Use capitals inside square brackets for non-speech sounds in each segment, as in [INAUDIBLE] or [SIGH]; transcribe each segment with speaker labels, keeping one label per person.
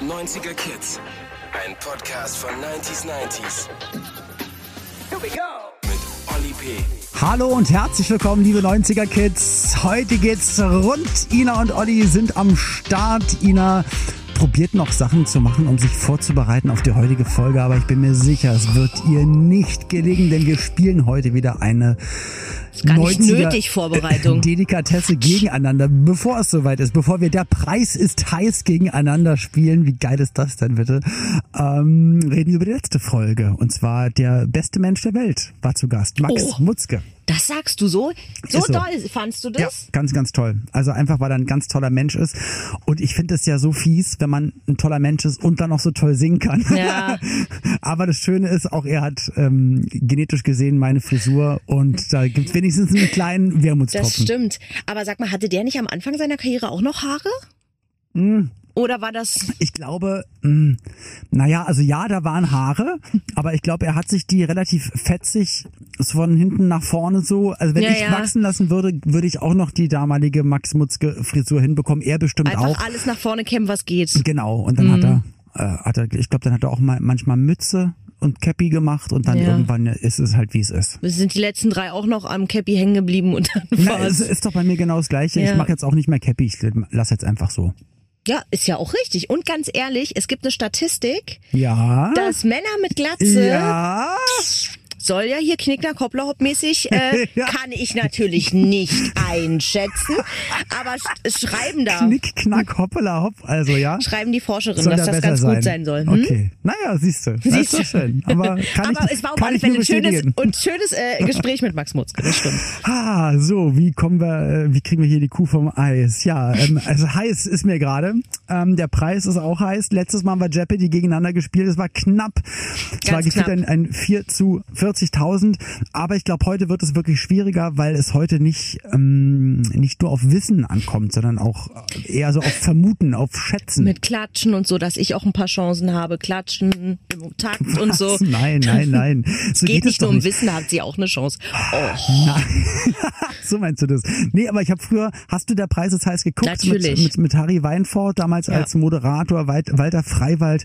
Speaker 1: 90er Kids. Ein Podcast von 90s 90s. Mit Olli P.
Speaker 2: Hallo und herzlich willkommen, liebe 90er Kids. Heute geht's rund. Ina und Olli sind am Start. Ina probiert noch Sachen zu machen, um sich vorzubereiten auf die heutige Folge, aber ich bin mir sicher, es wird ihr nicht gelingen, denn wir spielen heute wieder eine
Speaker 3: Gar nicht
Speaker 2: 90er
Speaker 3: nötig Vorbereitung.
Speaker 2: Delikatesse gegeneinander, bevor es soweit ist, bevor wir der Preis ist heiß gegeneinander spielen. Wie geil ist das denn bitte? Ähm, reden wir über die letzte Folge. Und zwar der beste Mensch der Welt war zu Gast. Max
Speaker 3: Oh.
Speaker 2: Mutzke.
Speaker 3: Das sagst du so? So,
Speaker 2: Ist so.
Speaker 3: doll fandst du das?
Speaker 2: Ja, ganz, ganz toll. Also einfach, weil er ein ganz toller Mensch ist. Und ich finde es ja so fies, wenn man ein toller Mensch ist und dann noch so toll singen kann.
Speaker 3: Ja.
Speaker 2: [LAUGHS] Aber das Schöne ist auch, er hat ähm, genetisch gesehen meine Frisur und da gibt es wenigstens einen kleinen
Speaker 3: Das
Speaker 2: Wermutstropfen.
Speaker 3: stimmt. Aber sag mal, hatte der nicht am Anfang seiner Karriere auch noch Haare?
Speaker 2: Hm.
Speaker 3: Oder war das.
Speaker 2: Ich glaube, mh, naja, also ja, da waren Haare, aber ich glaube, er hat sich die relativ fetzig so von hinten nach vorne so. Also wenn
Speaker 3: Ja,
Speaker 2: ich
Speaker 3: ja.
Speaker 2: wachsen lassen würde, würde ich auch noch die damalige Max Mutzke Frisur hinbekommen. Er bestimmt auch.
Speaker 3: Einfach alles Mhm. nach vorne kämmen, was geht.
Speaker 2: Genau, und dann hat er, äh, hat er, ich glaube, dann hat er auch mal manchmal Mütze und Cappy gemacht und dann
Speaker 3: Ja.
Speaker 2: irgendwann ist es halt, wie es ist.
Speaker 3: Es sind die letzten drei auch noch am Cappy hängen geblieben und dann
Speaker 2: Na,
Speaker 3: war's.
Speaker 2: es ist doch bei mir genau das Gleiche. Ich
Speaker 3: Ja.
Speaker 2: mache jetzt auch nicht mehr Cappy, ich lass jetzt einfach so.
Speaker 3: Ja, ist ja auch richtig. Und ganz ehrlich, es gibt eine Statistik,
Speaker 2: Ja.
Speaker 3: dass Männer mit Glatze
Speaker 2: ja.
Speaker 3: soll ja hier Knickner Kopplerhop
Speaker 2: [LAUGHS]
Speaker 3: mäßig äh,
Speaker 2: Ja.
Speaker 3: kann ich natürlich nicht einschätzen, aber sch schreiben da
Speaker 2: Knick, knack, hoppela, hopp. Also ja.
Speaker 3: schreiben die Forscherinnen,
Speaker 2: Soll
Speaker 3: dass
Speaker 2: da
Speaker 3: das
Speaker 2: besser
Speaker 3: ganz gut sein soll. Hm?
Speaker 2: Okay. Naja, siehst du. Das ist
Speaker 3: Siehst
Speaker 2: doch
Speaker 3: du.
Speaker 2: schön.
Speaker 3: [LAUGHS]
Speaker 2: Aber, kann
Speaker 3: Aber
Speaker 2: ich,
Speaker 3: es war auf
Speaker 2: kann
Speaker 3: alle
Speaker 2: ich nur
Speaker 3: Fälle ein schönes,
Speaker 2: bestätigen.
Speaker 3: und schönes äh, Gespräch mit Max Mutzke, das stimmt.
Speaker 2: Ah, so, wie kommen wir, äh, wie kriegen wir hier die Kuh vom Eis? Ja, ähm, also heiß ist mir gerade. Ähm, der Preis ist auch heiß. Letztes Mal haben wir Jeopardy gegeneinander gespielt. Es war knapp. Es war gefühlt
Speaker 3: knapp.
Speaker 2: ein, ein 4 zu 40.000. Aber ich glaube, heute wird es wirklich schwieriger, weil es heute nicht, ähm, nicht nur auf Wissen ankommt, sondern auch äh, eher so auf Vermuten, auf Schätzen.
Speaker 3: Mit Klatschen und so, dass ich auch ein paar Chancen habe. Klatschen im Takt und so.
Speaker 2: Was? Nein,
Speaker 3: [LAUGHS]
Speaker 2: nein, nein. So
Speaker 3: Geht,
Speaker 2: geht, es
Speaker 3: nicht
Speaker 2: doch
Speaker 3: nur um
Speaker 2: nicht.
Speaker 3: Wissen, da hat sie auch eine Chance. Oh,
Speaker 2: [LAUGHS] So meinst du das? Nee, aber ich habe früher, hast du der Preis ist heiß geguckt mit,
Speaker 3: Natürlich.
Speaker 2: mit, mit Harry Weinfort, damals
Speaker 3: Ja.
Speaker 2: als Moderator, Weit- Walter Freiwald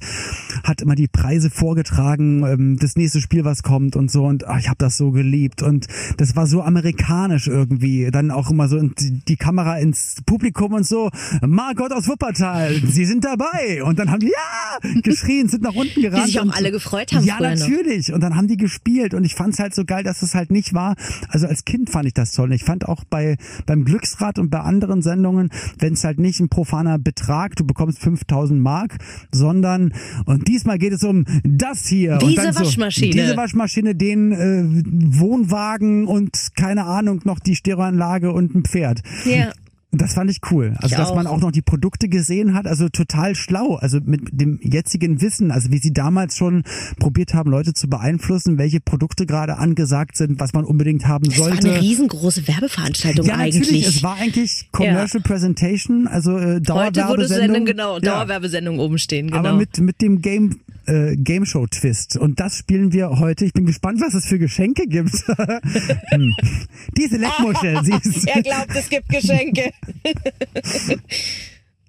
Speaker 2: hat immer die Preise vorgetragen, ähm, das nächste Spiel, was kommt und so und ah, ich habe das so geliebt und das war so amerikanisch irgendwie, dann auch immer so in- die, die Kamera ins Publikum und so, Margot aus Wuppertal, Sie sind dabei und dann haben die ja geschrien, sind nach unten gerannt.
Speaker 3: sich auch
Speaker 2: und,
Speaker 3: alle gefreut haben
Speaker 2: Ja,
Speaker 3: früher noch.
Speaker 2: natürlich. Natürlich. Und dann haben die gespielt und ich fand's halt so geil, dass es halt nicht war. Also als Kind fand ich das toll. Und ich fand auch bei beim Glücksrad und bei anderen Sendungen, wenn es halt nicht ein profaner Betrag, du bekommst 5000 Mark, sondern und diesmal geht es um das hier und
Speaker 3: Diese
Speaker 2: dann so,
Speaker 3: Waschmaschine.
Speaker 2: diese Waschmaschine, den äh, Wohnwagen und keine Ahnung noch die Stereoanlage und ein Pferd.
Speaker 3: ja.
Speaker 2: Das fand ich cool. Also,
Speaker 3: Ich
Speaker 2: dass
Speaker 3: auch.
Speaker 2: man auch noch die Produkte gesehen hat. Also total schlau. Also mit dem jetzigen Wissen. Also wie sie damals schon probiert haben, Leute zu beeinflussen, welche Produkte gerade angesagt sind, was man unbedingt haben
Speaker 3: Das war
Speaker 2: sollte.
Speaker 3: eine riesengroße Werbeveranstaltung
Speaker 2: ja, natürlich.
Speaker 3: eigentlich.
Speaker 2: Es war eigentlich Commercial Presentation, also äh,
Speaker 3: Heute
Speaker 2: Dauerwerbesendung.
Speaker 3: würde es Sendung, genau,
Speaker 2: Ja.
Speaker 3: Dauerwerbesendung oben stehen, genau.
Speaker 2: Aber mit, mit dem Game, äh, Game Show Twist. Und das spielen wir heute. Ich bin gespannt, was es für Geschenke gibt. [LAUGHS] Hm.
Speaker 3: [LAUGHS]
Speaker 2: Diese Leckmuschel, sie ist.
Speaker 3: er glaubt, es gibt Geschenke.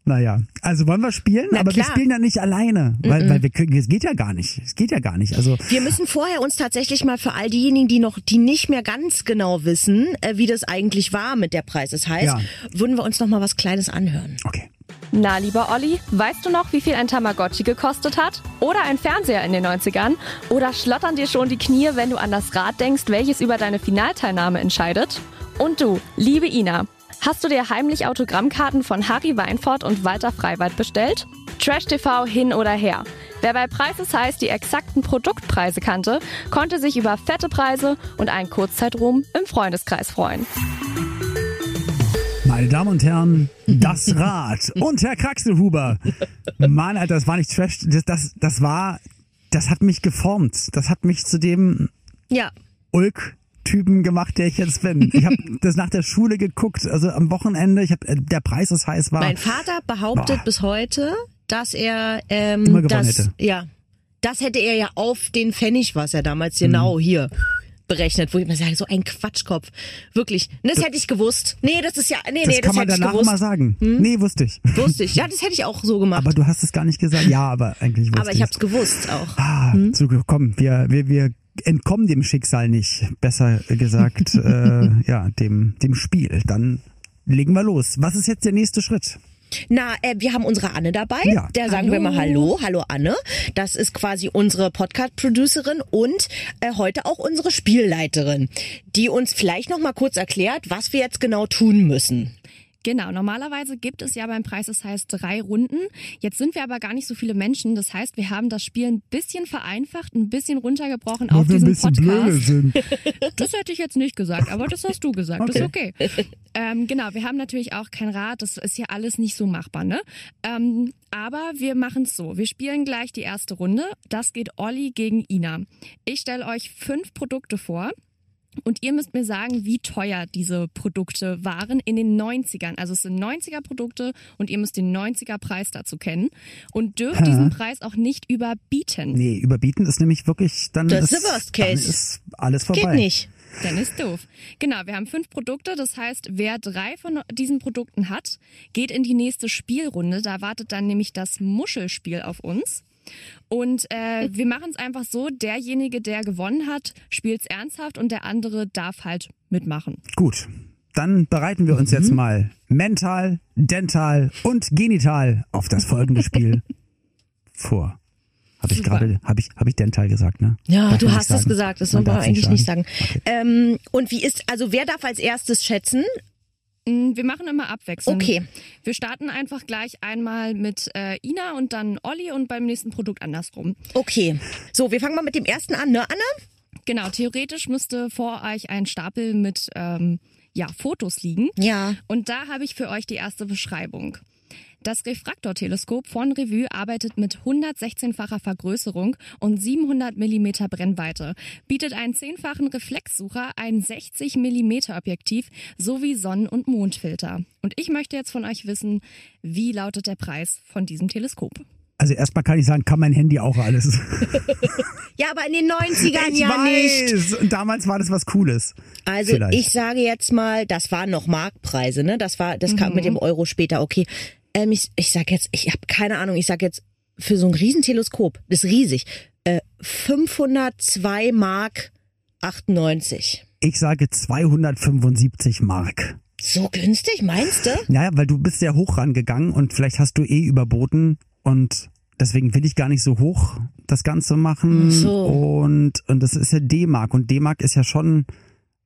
Speaker 2: Naja, also wollen wir spielen,
Speaker 3: Na
Speaker 2: aber wir
Speaker 3: klar.
Speaker 2: spielen ja nicht alleine, weil, weil wir können, es geht ja gar nicht. Es geht ja gar nicht. Also
Speaker 3: [LAUGHS] Wir müssen vorher uns tatsächlich mal für all diejenigen, die noch, die nicht mehr ganz genau wissen, äh, wie das eigentlich war mit der Preis. Das heißt,
Speaker 2: Ja.
Speaker 3: würden wir uns noch mal was Kleines anhören.
Speaker 2: okay.
Speaker 4: [LAUGHS] Na, lieber Olli, weißt du noch, wie viel ein Tamagotchi gekostet hat? Oder ein Fernseher in den 90ern? Oder schlottern dir schon die Knie, wenn du an das Rad denkst, welches über deine Finalteilnahme entscheidet? Und du, liebe Ina, hast du dir heimlich Autogrammkarten von Harry Weinfort und Walter Freiwald bestellt? Trash TV hin oder her. Wer bei Preises heißt die exakten Produktpreise kannte, konnte sich über fette Preise und einen Kurzzeitroom im Freundeskreis freuen.
Speaker 2: Meine Damen und Herren, das
Speaker 3: [LAUGHS]
Speaker 2: Rad und Herr Kraxelhuber. Mann, Alter, das war nicht Trash. Das, das, das war, das hat mich geformt. Das hat mich zu dem
Speaker 3: Ja,
Speaker 2: Ulk. Typen gemacht, der ich jetzt bin.
Speaker 3: [LAUGHS]
Speaker 2: Ich habe das nach der Schule geguckt, also am Wochenende. Ich habe der Preis ist heiß war.
Speaker 3: mein Vater behauptet
Speaker 2: Ah. Boah.
Speaker 3: bis heute, dass er ähm,
Speaker 2: Immer gewonnen
Speaker 3: das,
Speaker 2: hätte. Mhm.
Speaker 3: ja, das hätte er ja auf den Pfennig, was er damals genau hier berechnet, wo ich mir sage, so ein Quatschkopf. Wirklich. Und das, hätte ich gewusst. Nee, das ist ja, nee,
Speaker 2: Das
Speaker 3: nee,
Speaker 2: kann
Speaker 3: das
Speaker 2: man
Speaker 3: hätte ich
Speaker 2: danach mal
Speaker 3: gewusst. Hm?
Speaker 2: sagen. Nee, wusste ich.
Speaker 3: Wusste ich. Ja, das hätte ich auch so gemacht.
Speaker 2: Aber du hast es gar nicht gesagt. Ja, aber eigentlich wusste
Speaker 3: Aber ich
Speaker 2: ich's.
Speaker 3: hab's gewusst auch.
Speaker 2: Ah, so, komm, wir, wir, wir entkommen dem Schicksal nicht. Besser
Speaker 3: [LAUGHS]
Speaker 2: gesagt, äh, ja, dem, dem Spiel. Dann legen wir los. Was ist jetzt der nächste Schritt?
Speaker 3: Na, äh, wir haben unsere Anne dabei.
Speaker 2: Ja.
Speaker 3: Der sagen wir mal Hallo, hallo Anne. Das ist quasi unsere Podcast-Producerin und äh, heute auch unsere Spielleiterin, die uns vielleicht noch mal kurz erklärt, was wir jetzt genau tun müssen.
Speaker 5: Genau, normalerweise gibt es ja beim Preis das heißt drei Runden. Jetzt sind wir aber gar nicht so viele Menschen. Das heißt, wir haben das Spiel ein bisschen vereinfacht, ein bisschen runtergebrochen auf diesen Podcast.
Speaker 2: sind.
Speaker 3: [LAUGHS]
Speaker 5: Das hätte ich jetzt nicht gesagt, aber das hast du gesagt.
Speaker 2: Okay.
Speaker 5: Das ist okay. Ähm, genau, wir haben natürlich auch kein Rad. Das ist hier alles nicht so machbar, ne? Ähm, aber wir machen es so. Wir spielen gleich die erste Runde. Das geht Olli gegen Ina. Ich stelle euch fünf Produkte vor. Und ihr müsst mir sagen, wie teuer diese Produkte waren in den 90ern. Also es sind 90er Produkte und ihr müsst den 90er Preis dazu kennen und dürft
Speaker 2: Hä?
Speaker 5: diesen Preis auch nicht überbieten.
Speaker 2: Nee, überbieten ist nämlich wirklich dann.
Speaker 3: Das ist
Speaker 2: ist
Speaker 3: der Worst Case.
Speaker 2: Dann ist alles vorbei.
Speaker 3: Geht nicht.
Speaker 5: Dann ist doof. Genau, wir haben fünf Produkte. Das heißt, wer drei von diesen Produkten hat, geht in die nächste Spielrunde. Da wartet dann nämlich das Muschelspiel auf uns. Und äh, wir machen es einfach so, derjenige, der gewonnen hat, spielt es ernsthaft und der andere darf halt mitmachen.
Speaker 2: Gut. Dann bereiten wir uns jetzt
Speaker 3: Mhm.
Speaker 2: mal mental, dental und genital auf das folgende
Speaker 3: [LAUGHS]
Speaker 2: Spiel vor. Habe ich
Speaker 5: Super.
Speaker 2: gerade, habe ich, habe ich dental gesagt, ne?
Speaker 3: Ja,
Speaker 2: Darf
Speaker 3: du
Speaker 2: man nicht
Speaker 3: hast das
Speaker 2: sagen.
Speaker 3: gesagt. Das
Speaker 2: Man
Speaker 3: soll man
Speaker 2: darf's
Speaker 3: eigentlich nicht sagen. Ähm, und wie ist, also wer darf als erstes schätzen?
Speaker 5: Mm, Wir machen immer abwechselnd.
Speaker 3: Okay.
Speaker 5: Wir starten einfach gleich einmal mit äh, Ina und dann Olli und beim nächsten Produkt andersrum.
Speaker 3: Okay. So, wir fangen mal mit dem ersten an, ne, Anne?
Speaker 5: Genau, theoretisch müsste vor euch ein Stapel mit ähm, ja, Fotos liegen.
Speaker 3: Ja.
Speaker 5: Und da habe ich für euch die erste Beschreibung. Das Refraktorteleskop von Revue arbeitet mit 116-facher Vergrößerung und 700 mm Brennweite, bietet einen 10-fachen Reflexsucher, ein 60 mm Objektiv sowie Sonnen- und Mondfilter. Und ich möchte jetzt von euch wissen, wie lautet der Preis von diesem Teleskop?
Speaker 2: Also erstmal kann ich sagen, kann mein Handy
Speaker 3: [LAUGHS]
Speaker 2: auch alles.
Speaker 3: Ja, aber in den 90ern ja nicht.
Speaker 2: Und damals war das was Cooles.
Speaker 3: Also
Speaker 2: Vielleicht.
Speaker 3: ich sage jetzt mal, das waren noch Markpreise, ne? Das war, das kam mit dem Euro später. Okay, ähm, ich, ich sag jetzt, ich habe keine Ahnung. Ich sag jetzt für so ein Riesenteleskop, das ist riesig, äh, 502 Mark 98.
Speaker 2: Ich sage 275 Mark.
Speaker 3: So günstig meinst du?
Speaker 2: Naja, weil du bist sehr hoch rangegangen und vielleicht hast du eh überboten und deswegen will ich gar nicht so hoch das Ganze machen.
Speaker 3: Ach so.
Speaker 2: Und, und das ist ja D-Mark und D-Mark ist ja schon,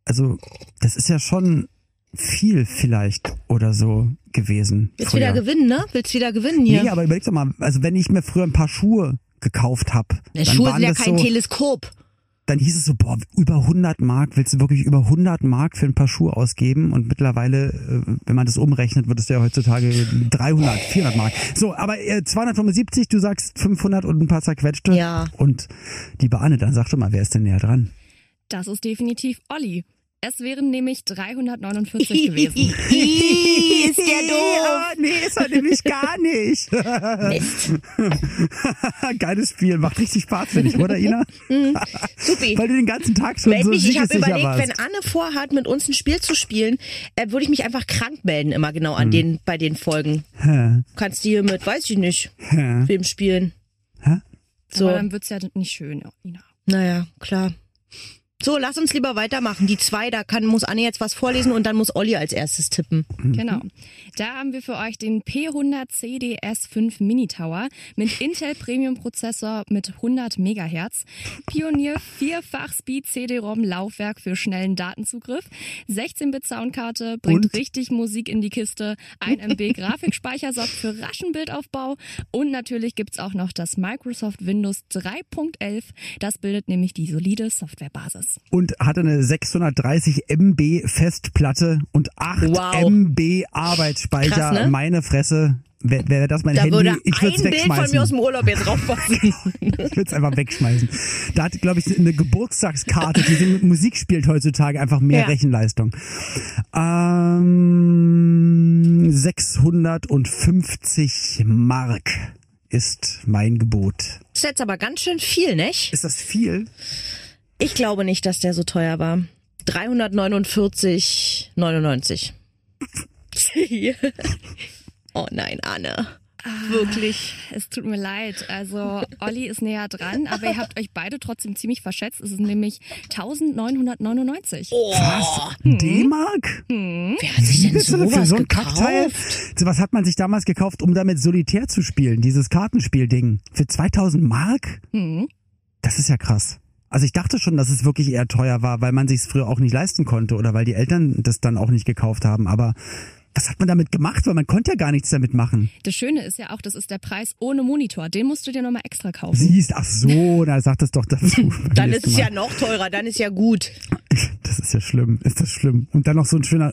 Speaker 2: also das ist ja schon viel vielleicht oder so gewesen.
Speaker 3: Willst
Speaker 2: früher.
Speaker 3: wieder gewinnen, ne? Willst wieder gewinnen hier?
Speaker 2: Nee, aber überleg doch mal, also wenn ich mir früher ein paar Schuhe gekauft habe,
Speaker 3: Der
Speaker 2: dann
Speaker 3: Schuh ist
Speaker 2: waren
Speaker 3: ja
Speaker 2: das
Speaker 3: kein
Speaker 2: so,
Speaker 3: Teleskop.
Speaker 2: dann hieß es so, boah, über 100 Mark, willst du wirklich über 100 Mark für ein paar Schuhe ausgeben? Und mittlerweile, äh, wenn man das umrechnet, wird es ja heutzutage 300, 400 Mark. So, aber äh, 275, du sagst 500 und ein paar zerquetschte.
Speaker 3: Ja.
Speaker 2: Und die Bahne, dann sag doch mal, wer ist denn näher dran?
Speaker 5: Das ist definitiv Olli. Es wären
Speaker 3: [LAUGHS]
Speaker 5: nämlich 349 gewesen.
Speaker 3: Ih, ist der doof.
Speaker 2: Ja, nee, ist er nämlich gar nicht. [LAUGHS]
Speaker 3: Mist.
Speaker 2: Geiles Spiel, macht richtig Spaß, finde ich,
Speaker 3: [LAUGHS]
Speaker 2: oder Ina?
Speaker 3: Supi.
Speaker 2: Weil du den ganzen Tag schon
Speaker 3: Meld
Speaker 2: so
Speaker 3: mich, ich habe
Speaker 2: siegessicher
Speaker 3: überlegt,
Speaker 2: warst.
Speaker 3: wenn Anne vorhat, mit uns ein Spiel zu spielen, äh, würde ich mich einfach krank melden, immer genau
Speaker 2: Hm.
Speaker 3: an den, bei den Folgen. Kannst du hier mit, weiß ich nicht,
Speaker 2: Hä?
Speaker 3: wem spielen. So,
Speaker 5: Aber dann wird's ja nicht schön, Ina.
Speaker 3: naja, klar. So, lass uns lieber weitermachen. Die zwei, da kann, muss Anne jetzt was vorlesen und dann muss Olli als erstes tippen.
Speaker 5: Genau. Da haben wir für euch den P100CDS5 Mini Tower mit Intel Premium Prozessor mit 100 Megahertz, Pionier vierfach Speed CD-ROM Laufwerk für schnellen Datenzugriff, 16-Bit Soundkarte, bringt
Speaker 2: Und?
Speaker 5: richtig Musik in die Kiste, 1 MB Grafikspeicher sorgt für raschen Bildaufbau und natürlich gibt's auch noch das Microsoft Windows 3.11. Das bildet nämlich die solide Softwarebasis.
Speaker 2: und hatte eine 630 MB Festplatte und 8
Speaker 3: Wow.
Speaker 2: MB Arbeitsspeicher.
Speaker 3: Krass, ne?
Speaker 2: Meine Fresse. Wäre wär das mein
Speaker 3: Da
Speaker 2: Handy?
Speaker 3: würde
Speaker 2: ich
Speaker 3: ein
Speaker 2: würde es
Speaker 3: Bild von
Speaker 2: wegschmeißen.
Speaker 3: mir aus dem Urlaub jetzt
Speaker 2: [LAUGHS]
Speaker 3: draufpassen.
Speaker 2: ich würde es einfach wegschmeißen. Da hat, glaube ich, eine Geburtstagskarte, die so mit Musik spielt heutzutage, einfach mehr
Speaker 3: Ja.
Speaker 2: Rechenleistung. Ähm, 650 Mark ist mein Gebot.
Speaker 3: ist jetzt aber ganz schön viel, nicht?
Speaker 2: Ist das viel?
Speaker 3: Ich glaube nicht, dass der so teuer war. 349,99. [LAUGHS] oh nein, Anne. Wirklich.
Speaker 5: Es tut mir leid. Also Olli ist näher dran, aber ihr habt euch beide trotzdem ziemlich verschätzt. Es ist nämlich 1999.
Speaker 3: Oh,
Speaker 2: D-Mark?
Speaker 3: wer hat sich denn
Speaker 2: Bist du denn für
Speaker 3: sowas
Speaker 2: so ein Kackteil?
Speaker 3: gekauft?
Speaker 2: Was hat man sich damals gekauft, um damit solitär zu spielen? Dieses Kartenspielding. Für 2000 Mark?
Speaker 5: Mhm.
Speaker 2: Das ist ja krass. Also ich dachte schon, dass es wirklich eher teuer war, weil man sich es früher auch nicht leisten konnte oder weil die Eltern das dann auch nicht gekauft haben. Aber was hat man damit gemacht? Weil man konnte ja gar nichts damit machen.
Speaker 5: Das Schöne ist ja auch, das ist der Preis ohne Monitor. Den musst du dir nochmal extra kaufen.
Speaker 2: Siehst, ach
Speaker 3: [LAUGHS]
Speaker 2: so, da sagt es doch dazu.
Speaker 3: Dann ist es ja noch teurer, dann ist ja gut.
Speaker 2: Das ist ja schlimm, ist das schlimm. Und dann noch so ein schöner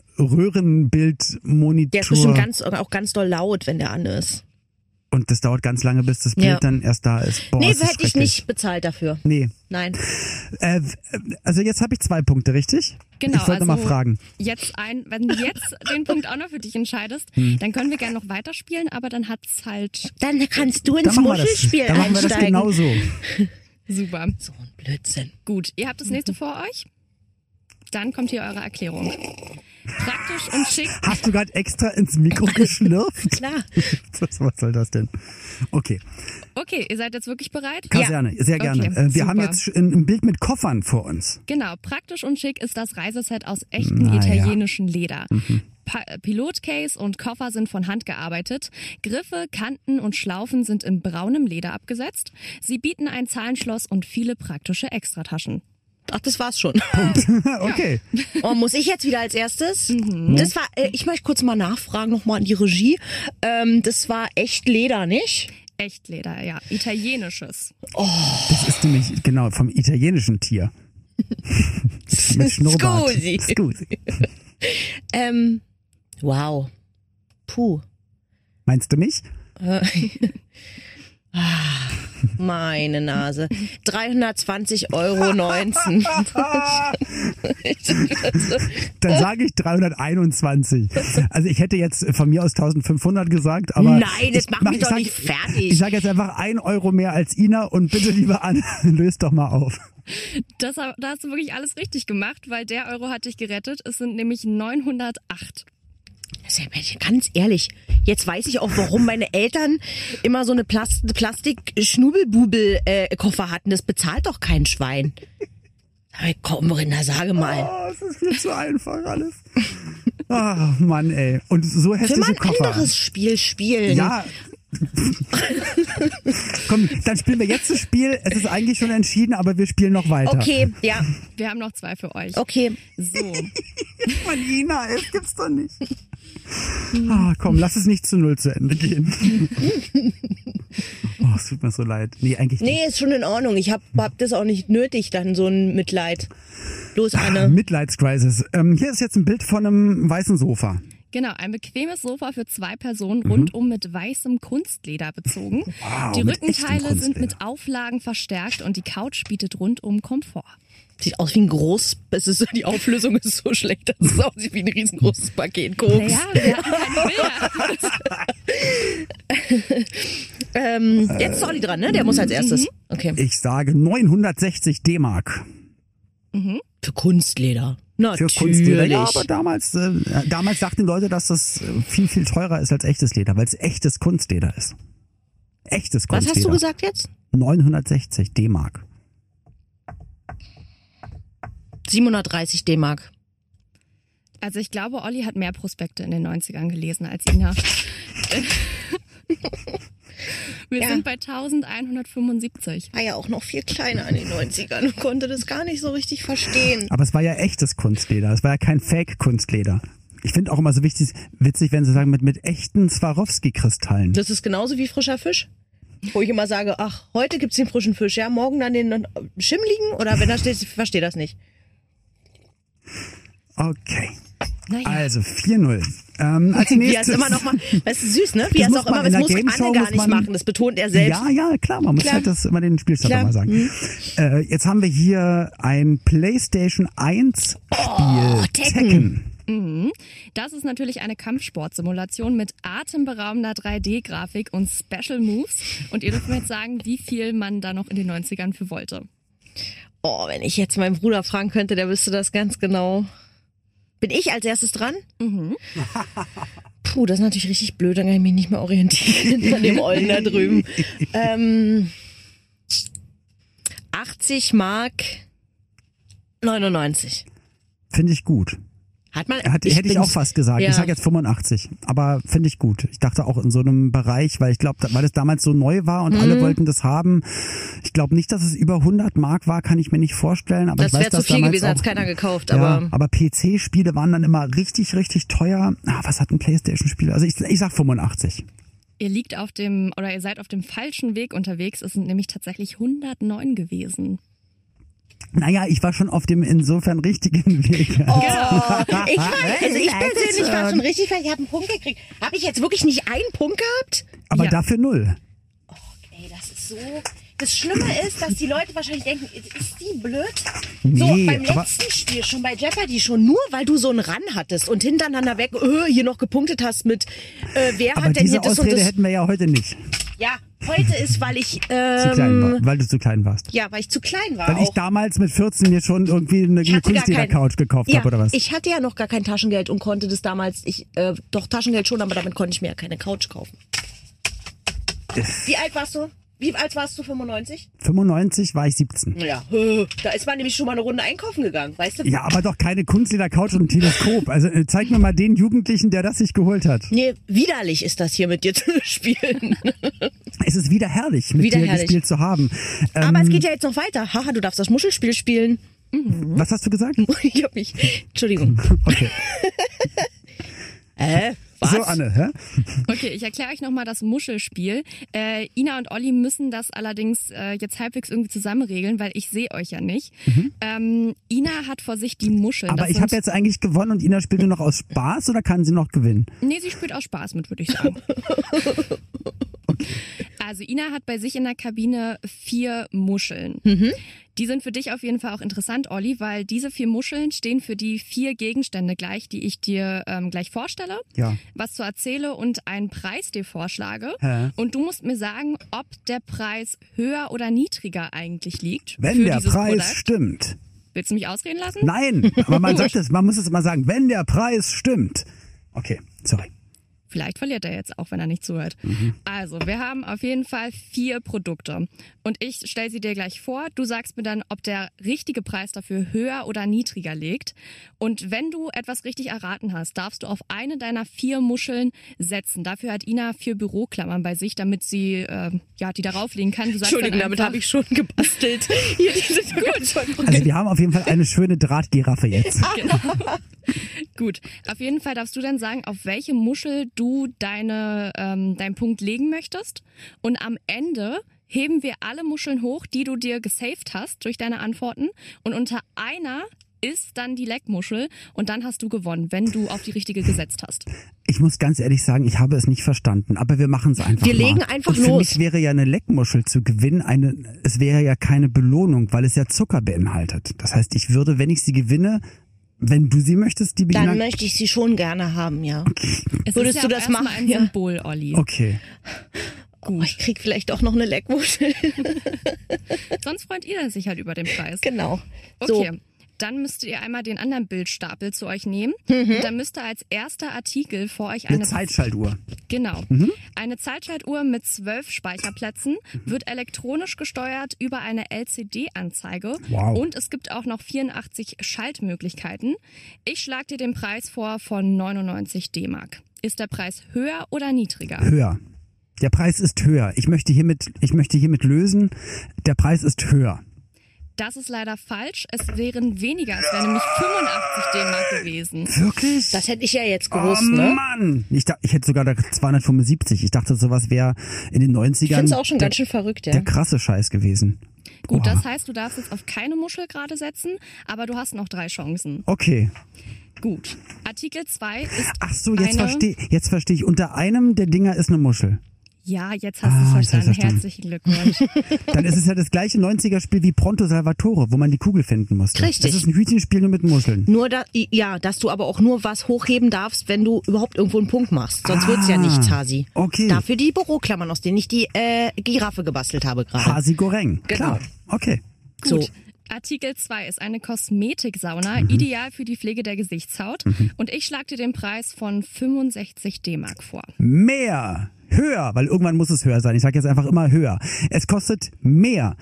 Speaker 2: Röhrenbildmonitor.
Speaker 3: Der ist bestimmt ganz, auch ganz doll laut, wenn der an ist.
Speaker 2: Und das dauert ganz lange, bis das Bild
Speaker 3: Ja.
Speaker 2: dann erst da ist. Boah,
Speaker 3: nee,
Speaker 2: ist das
Speaker 3: hätte ich
Speaker 2: schrecklich.
Speaker 3: nicht bezahlt dafür.
Speaker 2: Nee.
Speaker 3: Nein.
Speaker 2: Äh, also jetzt habe ich zwei Punkte, richtig?
Speaker 5: Genau,
Speaker 2: Ich wollte noch mal
Speaker 5: also-
Speaker 2: fragen.
Speaker 5: Jetzt ein, wenn du jetzt den Punkt auch noch für dich entscheidest,
Speaker 2: Hm.
Speaker 5: dann können wir gerne noch weiterspielen, aber dann hat's halt
Speaker 3: Dann kannst du
Speaker 2: Dann
Speaker 3: ins
Speaker 2: machen wir das,
Speaker 3: Muschelspiel
Speaker 2: dann machen wir das
Speaker 3: einsteigen.
Speaker 2: genauso.
Speaker 5: super.
Speaker 3: so ein Blödsinn.
Speaker 5: Gut, ihr habt das nächste vor euch. Dann kommt hier eure Erklärung. Praktisch und schick.
Speaker 2: Hast du gerade extra ins Mikro geschnürft?
Speaker 3: Klar.
Speaker 2: [LAUGHS] Was, was soll das denn? Okay,
Speaker 5: Okay, ihr seid jetzt wirklich bereit?
Speaker 2: Kaserne, sehr gerne.
Speaker 5: Okay,
Speaker 2: Äh, wir
Speaker 5: super.
Speaker 2: haben jetzt ein ein Bild mit Koffern vor uns.
Speaker 5: Genau, praktisch und schick ist das Reiseset aus echtem
Speaker 2: Na ja.
Speaker 5: italienischen Leder. Pa äh, Pilotcase und Koffer sind von Hand gearbeitet. Griffe, Kanten und Schlaufen sind in braunem Leder abgesetzt. Sie bieten ein Zahlenschloss und viele praktische Extrataschen.
Speaker 3: Ach, das war's schon.
Speaker 2: okay.
Speaker 3: Oh, muss ich jetzt wieder als erstes?
Speaker 2: Mhm.
Speaker 3: Das war, äh, ich möchte kurz mal nachfragen, nochmal an die Regie. Ähm, das war echt Leder, nicht?
Speaker 5: Echt Leder, ja. Italienisches.
Speaker 2: Das ist nämlich, genau, vom italienischen
Speaker 5: [LAUGHS]
Speaker 2: Tier. mit Schnurrbart.
Speaker 3: Scusi.
Speaker 2: Scusi.
Speaker 3: Ähm, wow. Puh.
Speaker 2: Meinst du mich?
Speaker 3: Meine Nase. 320,19 Euro.
Speaker 2: [LAUGHS]
Speaker 3: 19.
Speaker 2: Dann sage ich 321. Also ich hätte jetzt von mir aus 1500 gesagt, aber...
Speaker 3: Nein, das
Speaker 2: ich
Speaker 3: macht mich
Speaker 2: ich
Speaker 3: doch
Speaker 2: sag-
Speaker 3: nicht fertig.
Speaker 2: Ich sage jetzt einfach ein Euro mehr als Ina und bitte, liebe Anne, [LAUGHS] löst doch mal auf.
Speaker 5: Das, hab- da hast du wirklich alles richtig gemacht, weil der Euro hat dich gerettet. Es sind nämlich 908.
Speaker 3: Also, Mensch, Ganz ehrlich, jetzt weiß ich auch, warum meine Eltern immer so eine Plast Plastik-Schnubelbubel-Koffer hatten. Das bezahlt doch kein Schwein. Aber Komm, Rinder, sage mal.
Speaker 2: Oh, es ist viel zu einfach alles. Ach, Mann, ey. Und so
Speaker 3: Will man
Speaker 2: hässliche
Speaker 3: ein
Speaker 2: Koffer.
Speaker 3: anderes Spiel spielen?
Speaker 2: Ja. Komm, dann spielen wir jetzt das Spiel. Es ist eigentlich schon entschieden, aber wir spielen noch weiter.
Speaker 3: Okay, ja,
Speaker 5: Wir haben noch zwei für euch.
Speaker 3: okay.
Speaker 5: So.
Speaker 2: Mann, Ina, ey, das gibt's doch nicht. [LAUGHS] Ah, komm, lass es nicht zu null zu Ende gehen. [LAUGHS] Oh, es tut mir so leid. Nee, eigentlich
Speaker 3: Nee, ist schon in Ordnung. Ich hab, hab das auch nicht nötig, dann so ein Mitleid. Los,
Speaker 2: nicht.
Speaker 3: Anne.
Speaker 2: Mitleidscrisis. Ähm, hier ist jetzt ein Bild von einem weißen Sofa.
Speaker 5: Genau, ein bequemes Sofa für zwei Personen rundum mit weißem Kunstleder bezogen.
Speaker 2: Mhm. [LAUGHS] Wow,
Speaker 5: die
Speaker 2: mit echtem
Speaker 5: Rückenteile sind
Speaker 2: Kunstleder.
Speaker 5: mit Auflagen verstärkt und die Couch bietet rundum Komfort.
Speaker 3: Sieht aus wie ein groß. Es ist, so- die Auflösung ist so schlecht, dass es aussieht wie ein riesengroßes Paket. Koks.
Speaker 5: Naja, wir hatten keine Bilder.
Speaker 3: Ähm, jetzt ist Olli dran, ne? Der muss als erstes. Okay.
Speaker 2: Ich sage 960 D-Mark.
Speaker 3: Für Kunstleder.
Speaker 2: Für
Speaker 3: Natürlich.
Speaker 2: Kunstleder. Ja, aber damals, äh, damals sagten Leute, dass das äh, viel, viel teurer ist als echtes Leder, weil es echtes Kunstleder ist. Echtes
Speaker 3: Was
Speaker 2: Kunstleder.
Speaker 3: hast du gesagt jetzt?
Speaker 2: 960 D-Mark.
Speaker 3: 730 D-Mark.
Speaker 5: Also ich glaube, Olli hat mehr Prospekte in den 90ern gelesen als Ina. [LAUGHS] Wir
Speaker 3: Ja.
Speaker 5: sind bei 1175.
Speaker 3: War ja auch noch viel kleiner in den 90ern und konnte das gar nicht so richtig verstehen.
Speaker 2: Aber es war ja echtes Kunstleder. Es war ja kein Fake-Kunstleder. Ich finde auch immer so wichtig, witzig, wenn sie sagen, mit, mit echten Swarovski-Kristallen.
Speaker 3: Das ist genauso wie frischer Fisch. Wo ich immer sage, ach, heute gibt's den frischen Fisch, ja, morgen dann den äh, schimmligen oder wenn da steht, ich verstehe das nicht.
Speaker 2: Okay.
Speaker 5: Naja,
Speaker 2: Also 4-0.
Speaker 3: [LAUGHS]
Speaker 2: Ähm, als
Speaker 3: Wie er es
Speaker 2: nächstes.
Speaker 3: immer noch mal, das ist süß, ne? Wie er
Speaker 2: Das
Speaker 3: es
Speaker 2: muss
Speaker 3: auch
Speaker 2: man
Speaker 3: immer,
Speaker 2: in
Speaker 3: das muss
Speaker 2: der Gameshow
Speaker 3: Anne gar
Speaker 2: muss
Speaker 3: nicht
Speaker 2: man-
Speaker 3: machen, das betont er selbst.
Speaker 2: Ja, ja, klar, man muss
Speaker 3: Klar.
Speaker 2: halt das immer den Spielstand
Speaker 3: Klar. Mhm.
Speaker 2: nochmal sagen. Äh, jetzt haben wir hier ein PlayStation 1 Spiel.
Speaker 3: Oh, Tekken.
Speaker 5: das ist natürlich eine Kampfsportsimulation mit atemberaubender 3D-Grafik und Special Moves. Und ihr dürft mir jetzt sagen, wie viel man da noch in den 90ern für wollte.
Speaker 3: Oh, wenn ich jetzt meinen Bruder fragen könnte, der wüsste das ganz genau. Bin ich als erstes dran?
Speaker 5: Mhm.
Speaker 3: [LAUGHS] Puh, das ist natürlich richtig blöd, dann kann ich mich nicht mehr orientieren an dem Olden da
Speaker 2: [LAUGHS]
Speaker 3: drüben. Ähm, 80 Mark 99.
Speaker 2: Finde ich gut.
Speaker 3: Hat man.
Speaker 2: Hat, hätte ich
Speaker 3: bin-
Speaker 2: auch fast gesagt.
Speaker 3: Ja.
Speaker 2: Ich sage jetzt 85, aber finde ich gut. Ich dachte auch in so einem Bereich, weil ich glaube, weil es damals so neu war und
Speaker 3: Mhm.
Speaker 2: alle wollten das haben. Ich glaube nicht, dass es über 100 Mark war, kann ich mir nicht vorstellen. Aber
Speaker 3: Das
Speaker 2: ich weiß,
Speaker 3: wäre zu
Speaker 2: dass
Speaker 3: viel
Speaker 2: damals
Speaker 3: gewesen,
Speaker 2: auch,
Speaker 3: hat's keiner gekauft,
Speaker 2: ja,
Speaker 3: aber.
Speaker 2: aber PC-Spiele waren dann immer richtig, richtig teuer. Ah, was hat ein Playstation-Spiel? Also ich, ich sag 85.
Speaker 5: Ihr liegt auf dem oder ihr seid auf dem falschen Weg unterwegs. Es sind nämlich tatsächlich 109 gewesen.
Speaker 2: Naja, ich war schon auf dem insofern richtigen [LAUGHS] Weg.
Speaker 3: Oh, ich weiß, also ich persönlich
Speaker 2: ähm,
Speaker 3: war schon richtig, weil ich habe einen Punkt gekriegt. Habe ich jetzt wirklich nicht einen Punkt gehabt?
Speaker 2: Aber
Speaker 5: Ja.
Speaker 2: dafür null.
Speaker 3: Ah, Ey, das ist so. Das Schlimme ist, dass die Leute wahrscheinlich denken, ist die blöd?
Speaker 2: Nee,
Speaker 3: so, beim
Speaker 2: aber-
Speaker 3: letzten Spiel schon, bei Jeopardy schon, nur weil du so einen Run hattest und hintereinander weg äh, hier noch gepunktet hast mit, äh, wer
Speaker 2: Aber
Speaker 3: hat denn
Speaker 2: diese
Speaker 3: hier das und
Speaker 2: Ausrede
Speaker 3: das?
Speaker 2: hätten wir ja heute nicht.
Speaker 3: Ja, heute ist, weil ich,
Speaker 2: Zu klein
Speaker 3: ähm,
Speaker 2: war, weil du zu klein warst.
Speaker 3: ja, weil ich zu klein war.
Speaker 2: Weil ich
Speaker 3: auch.
Speaker 2: damals mit 14 mir schon irgendwie eine,
Speaker 3: Ich
Speaker 2: eine
Speaker 3: hatte gar kein-
Speaker 2: Kunstledercouch gekauft
Speaker 3: ja,
Speaker 2: habe oder was.
Speaker 3: Ich hatte ja noch gar kein Taschengeld und konnte das damals, ich, äh, doch Taschengeld schon, aber damit konnte ich mir ja keine Couch kaufen. Wie alt warst du? Wie alt warst du? 95?
Speaker 2: 95 war ich 17.
Speaker 3: Ja. hö, Da ist man nämlich schon mal eine Runde einkaufen gegangen, weißt du?
Speaker 2: Ja, aber doch keine Kunstledercouch und ein Teleskop. Also äh, zeig mir mal den Jugendlichen, der das sich geholt hat.
Speaker 3: Nee, widerlich ist das hier mit dir [LAUGHS] zu spielen.
Speaker 2: Ähm. Es ist wieder herrlich, mit
Speaker 3: Wieder
Speaker 2: dir
Speaker 3: herrlich.
Speaker 2: gespielt zu haben. Ähm,
Speaker 3: Aber es geht ja jetzt noch weiter. Haha, du darfst das Muschelspiel spielen.
Speaker 2: was hast du gesagt?
Speaker 3: [LAUGHS] Ich hab mich. Entschuldigung. [LAUGHS]
Speaker 2: Okay.
Speaker 3: Äh, was?
Speaker 2: So, Anne, hä?
Speaker 5: Okay, ich erkläre euch nochmal das Muschelspiel. Äh, Ina und Olli müssen das allerdings äh, jetzt halbwegs irgendwie zusammenregeln, weil ich sehe euch ja nicht. Ähm, Ina hat vor sich die Muscheln.
Speaker 2: Mhm. Aber
Speaker 5: Das
Speaker 2: ich
Speaker 5: sind-
Speaker 2: habe jetzt eigentlich gewonnen und Ina spielt nur noch aus Spaß oder kann sie noch gewinnen?
Speaker 5: Nee, sie spielt auch Spaß mit, würde
Speaker 2: [LAUGHS]
Speaker 5: ich sagen. Also Ina hat bei sich in der Kabine vier Muscheln.
Speaker 2: Mhm.
Speaker 5: Die sind für dich auf jeden Fall auch interessant, Olli, weil diese vier Muscheln stehen für die vier Gegenstände gleich, die ich dir ähm, gleich vorstelle,
Speaker 2: Ja.
Speaker 5: was zu erzähle und einen Preis dir vorschlage.
Speaker 2: Hä?
Speaker 5: Und du musst mir sagen, ob der Preis höher oder niedriger eigentlich liegt.
Speaker 2: Wenn
Speaker 5: für
Speaker 2: der
Speaker 5: dieses
Speaker 2: Preis
Speaker 5: Produkt.
Speaker 2: stimmt.
Speaker 5: Willst du mich ausreden lassen?
Speaker 2: Nein, aber man sagt es, man muss es immer sagen, wenn der Preis stimmt. Okay, sorry.
Speaker 5: Vielleicht verliert er jetzt auch, wenn er nicht zuhört. Also, wir haben auf jeden Fall vier Produkte. Und ich stelle sie dir gleich vor. Du sagst mir dann, ob der richtige Preis dafür höher oder niedriger liegt. Und wenn du etwas richtig erraten hast, darfst du auf eine deiner vier Muscheln setzen. Dafür hat Ina vier Büroklammern bei sich, damit sie äh, ja, die darauf legen kann. Du sagst
Speaker 3: Entschuldigung,
Speaker 5: dann
Speaker 3: damit
Speaker 5: einfach,
Speaker 3: habe ich schon gebastelt.
Speaker 2: [LAUGHS]
Speaker 3: Hier, diese Gut.
Speaker 2: Also wir haben auf jeden Fall eine schöne Drahtgiraffe jetzt.
Speaker 5: Gut, auf jeden Fall darfst du dann sagen, auf welche Muschel du deine, ähm, deinen Punkt legen möchtest. Und am Ende heben wir alle Muscheln hoch, die du dir gesaved hast durch deine Antworten. Und unter einer ist dann die Leckmuschel und dann hast du gewonnen, wenn du auf die richtige gesetzt hast.
Speaker 2: Ich muss ganz ehrlich sagen, ich habe es nicht verstanden, aber wir machen es einfach.
Speaker 3: Wir
Speaker 2: mal.
Speaker 3: legen einfach
Speaker 2: Und für
Speaker 3: los.
Speaker 2: mich wäre ja eine Leckmuschel zu gewinnen, eine, es wäre ja keine Belohnung, weil es ja Zucker beinhaltet. Das heißt, ich würde, wenn ich sie gewinne, wenn du sie möchtest, die
Speaker 3: Dann
Speaker 2: Beginn.
Speaker 3: möchte ich sie schon gerne haben, ja.
Speaker 5: Es
Speaker 3: Würdest
Speaker 5: ist ja
Speaker 3: du
Speaker 5: auch
Speaker 3: das
Speaker 5: erstmal
Speaker 3: machen?
Speaker 5: ein
Speaker 3: Ja.
Speaker 5: Symbol, Olli.
Speaker 2: Okay.
Speaker 3: Oh, ich krieg vielleicht auch noch eine Leckmuschel.
Speaker 5: Sonst freut ihr sich halt über den
Speaker 3: [LAUGHS]
Speaker 5: Preis.
Speaker 3: genau. So.
Speaker 5: Okay. Dann müsst ihr einmal den anderen Bildstapel zu euch nehmen.
Speaker 3: Mhm.
Speaker 5: Und dann müsst ihr als erster Artikel vor euch
Speaker 2: Eine
Speaker 5: eine
Speaker 2: Zeitschaltuhr.
Speaker 5: Genau.
Speaker 2: Mhm.
Speaker 5: Eine Zeitschaltuhr mit zwölf Speicherplätzen wird elektronisch gesteuert über eine LCD-Anzeige.
Speaker 2: Wow.
Speaker 5: Und es gibt auch noch 84 Schaltmöglichkeiten. Ich schlage dir den Preis vor von 99 D-Mark. Ist der Preis höher oder niedriger?
Speaker 2: Höher. Der Preis ist höher. Ich möchte hiermit, ich möchte hiermit lösen. Der Preis ist höher.
Speaker 5: Das ist leider falsch. Es wären weniger. Es wären nämlich 85 D-Mark gewesen.
Speaker 2: Wirklich?
Speaker 3: Das hätte ich ja jetzt gewusst,
Speaker 2: oh,
Speaker 3: ne?
Speaker 2: Mann! Ich, da, ich hätte sogar da 275. Ich dachte, sowas wäre in den 90ern.
Speaker 3: Ich finde es auch schon
Speaker 2: der,
Speaker 3: ganz schön verrückt, ja.
Speaker 2: der krasse Scheiß gewesen.
Speaker 5: Gut,
Speaker 2: Oha.
Speaker 5: das heißt, du darfst jetzt auf keine Muschel gerade setzen, aber du hast noch drei Chancen.
Speaker 2: Okay.
Speaker 5: Gut. Artikel 2 ist.
Speaker 2: Ach so, jetzt
Speaker 5: eine-
Speaker 2: verstehe jetzt versteh ich. Unter einem der Dinger ist eine Muschel.
Speaker 5: Ja, jetzt hast du es
Speaker 2: Ah, jetzt hab ich's verstanden.
Speaker 5: verstanden. Herzlichen Glückwunsch. [LAUGHS]
Speaker 2: Dann ist es ja das gleiche 90er-Spiel wie Pronto Salvatore, wo man die Kugel finden musste.
Speaker 3: Richtig.
Speaker 2: Das ist ein Hütchenspiel nur mit Muscheln.
Speaker 3: [LAUGHS] Nur da, ja, dass du aber auch nur was hochheben darfst, wenn du überhaupt irgendwo einen Punkt machst. Sonst wird's ja
Speaker 2: Ah,
Speaker 3: nichts, Hasi.
Speaker 2: okay.
Speaker 3: Dafür die Büroklammern, aus denen ich die äh, Giraffe gebastelt habe gerade.
Speaker 2: Hasi Goreng.
Speaker 3: Genau.
Speaker 2: Klar. Okay.
Speaker 5: Gut.
Speaker 3: So.
Speaker 5: Artikel 2 ist eine Kosmetiksauna, ideal für die Pflege der Gesichtshaut. Und ich schlage dir den Preis von 65 D-Mark vor.
Speaker 2: Mehr, höher, weil irgendwann muss es höher sein. Ich sage jetzt einfach immer höher. Es kostet mehr.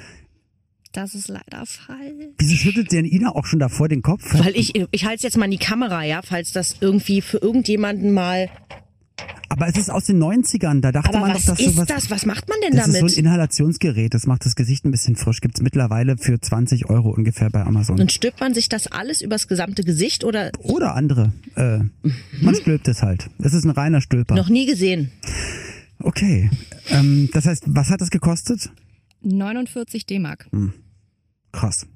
Speaker 5: Das ist leider falsch.
Speaker 2: Wieso schüttelt denn Ina auch schon davor den Kopf?
Speaker 3: Weil ich, ich halte es jetzt mal in die Kamera, ja, falls das irgendwie für irgendjemanden mal.
Speaker 2: Aber es ist aus den 90ern, da dachte
Speaker 3: Aber
Speaker 2: man
Speaker 3: was
Speaker 2: doch, dass
Speaker 3: ist
Speaker 2: sowas...
Speaker 3: das? Was macht man denn
Speaker 2: Das
Speaker 3: damit?
Speaker 2: ist so ein Inhalationsgerät, das macht das Gesicht ein bisschen frisch. Gibt's mittlerweile für 20 Euro ungefähr bei Amazon.
Speaker 3: Dann stülpt man sich das alles übers gesamte Gesicht oder
Speaker 2: Oder andere. Äh, man stülpt es halt. Es ist ein reiner Stülper.
Speaker 3: noch nie gesehen.
Speaker 2: Okay. Ähm, das heißt, was hat das gekostet?
Speaker 5: 49 D-Mark.
Speaker 2: Krass.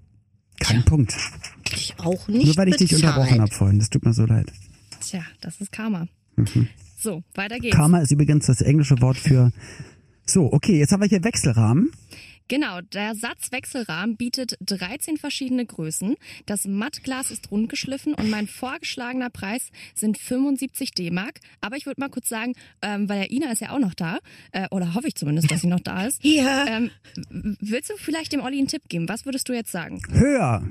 Speaker 2: Kein Punkt.
Speaker 3: Ich auch nicht.
Speaker 2: Nur weil ich dich
Speaker 3: bezahlt.
Speaker 2: unterbrochen habe vorhin. Das tut mir so leid.
Speaker 5: Tja, das ist Karma. Mhm. So, weiter geht's.
Speaker 2: Karma ist übrigens das englische Wort für. So, okay, jetzt haben wir hier Wechselrahmen.
Speaker 5: Genau, der Satzwechselrahmen bietet 13 verschiedene Größen. Das Mattglas ist rund geschliffen und mein vorgeschlagener Preis sind 75 D-Mark. Aber ich würde mal kurz sagen, ähm, weil der Ina ist ja auch noch da, äh, oder hoffe ich zumindest, dass sie noch da ist.
Speaker 3: [LAUGHS] Ja.
Speaker 5: Ähm, w- willst du vielleicht dem Olli einen Tipp geben? Was würdest du jetzt sagen?
Speaker 2: Höher.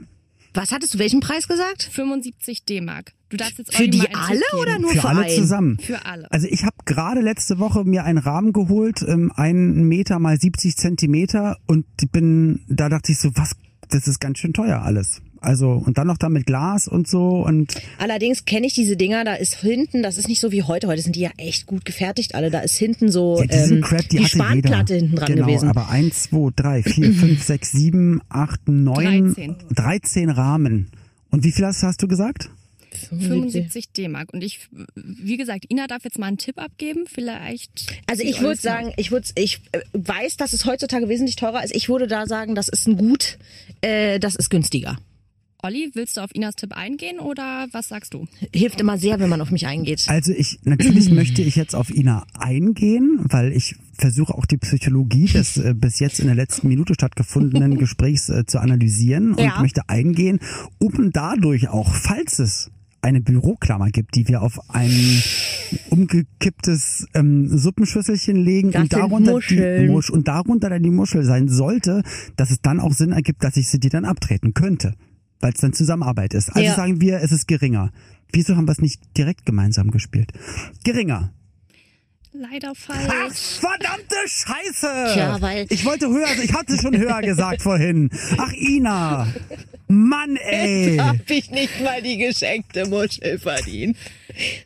Speaker 3: Was hattest du welchen Preis gesagt?
Speaker 5: 75 D-Mark. Du darfst jetzt
Speaker 3: Für
Speaker 5: Olli mal
Speaker 3: die
Speaker 5: einen
Speaker 3: alle
Speaker 5: Tipp geben.
Speaker 3: oder nur für,
Speaker 2: Für alle
Speaker 3: einen?
Speaker 2: zusammen.
Speaker 5: Für alle.
Speaker 2: Also ich habe gerade letzte Woche mir einen Rahmen geholt, ähm, einen Meter mal 70 Zentimeter und ich bin, da dachte ich so, was, das ist ganz schön teuer alles. Also und dann noch da mit Glas und so und
Speaker 3: Allerdings kenne ich diese Dinger, da ist hinten, das ist nicht so wie heute, heute sind die ja echt gut gefertigt alle, da ist hinten so
Speaker 2: ja, diesen
Speaker 3: ähm,
Speaker 2: Crap, die,
Speaker 3: die
Speaker 2: hatte
Speaker 3: Spanplatte
Speaker 2: jeder.
Speaker 3: hinten dran
Speaker 2: genau,
Speaker 3: gewesen.
Speaker 2: aber 1, 2,
Speaker 3: [CLEARS THROAT]
Speaker 2: 3, 4, 5, 6, 7, 8, 9,
Speaker 5: 13.
Speaker 2: 13 Rahmen. Und wie viel hast, hast du gesagt?
Speaker 5: 75 D-Mark. Und ich, wie gesagt, Ina darf jetzt mal einen Tipp abgeben. Vielleicht.
Speaker 3: Also
Speaker 5: sieht
Speaker 3: ich
Speaker 5: Olli
Speaker 3: würde
Speaker 5: es nach.
Speaker 3: sagen, ich würde, ich äh, weiß, dass es heutzutage wesentlich teurer ist. Ich würde da sagen, das ist ein Gut, äh, das ist günstiger.
Speaker 5: Olli, willst du auf Inas Tipp eingehen oder was sagst du?
Speaker 3: Hilft immer sehr, wenn man auf mich eingeht.
Speaker 2: Also ich
Speaker 3: [CLEARS THROAT]
Speaker 2: natürlich möchte ich jetzt auf Ina eingehen, weil ich versuche auch die Psychologie des äh, bis jetzt in der letzten
Speaker 3: [LAUGHS]
Speaker 2: Minute stattgefundenen Gesprächs äh, zu analysieren und
Speaker 3: Ja.
Speaker 2: möchte eingehen, um dadurch auch, falls es eine Büroklammer gibt, die wir auf ein umgekipptes ähm, Suppenschüsselchen legen
Speaker 3: Das
Speaker 2: und
Speaker 3: sind
Speaker 2: darunter, die
Speaker 3: Muscheln.
Speaker 2: Musch und darunter dann die Muschel sein sollte, dass es dann auch Sinn ergibt, dass ich sie dir dann abtreten könnte, weil es dann Zusammenarbeit ist. Also
Speaker 3: Ja.
Speaker 2: sagen wir, es ist geringer. Wieso haben wir es nicht direkt gemeinsam gespielt? Geringer.
Speaker 5: Leider
Speaker 2: Ach,
Speaker 5: falsch.
Speaker 2: verdammte Scheiße!
Speaker 3: Tja, weil-
Speaker 2: ich wollte höher, also ich hatte schon höher
Speaker 3: [LAUGHS]
Speaker 2: gesagt vorhin. Ach, Ina. Mann, ey.
Speaker 3: Hab ich nicht mal die geschenkte Muschel verdient.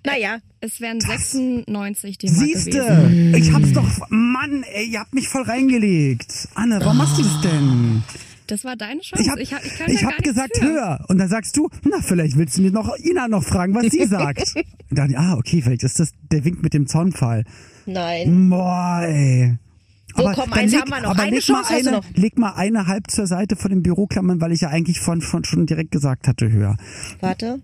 Speaker 3: Naja,
Speaker 5: Es wären 96 D-Mark gewesen.
Speaker 2: Siehste, ich hab's doch. Mann, ey, ihr habt mich voll reingelegt. Anne, warum machst du das denn?
Speaker 5: Das war deine Chance.
Speaker 2: Ich hab,
Speaker 5: ich hab, ich kann
Speaker 2: ich
Speaker 5: da
Speaker 2: hab
Speaker 5: gar nichts
Speaker 2: gesagt
Speaker 5: für.
Speaker 2: höher. Und dann sagst du, na, vielleicht willst du mir noch Ina noch fragen, was
Speaker 3: [LAUGHS]
Speaker 2: sie sagt. Und dann, ah, okay, vielleicht ist das der Wink mit dem Zaunpfeil.
Speaker 3: nein.
Speaker 2: Boah, ey.
Speaker 3: So, komm,
Speaker 2: dann
Speaker 3: eins haben wir noch.
Speaker 2: Aber
Speaker 3: Eine
Speaker 2: leg
Speaker 3: Chance
Speaker 2: mal
Speaker 3: hast du
Speaker 2: eine,
Speaker 3: noch.
Speaker 2: Leg mal eine halb zur Seite von den Büroklammern, weil ich ja eigentlich von, von schon direkt gesagt hatte, höher.
Speaker 3: Warte.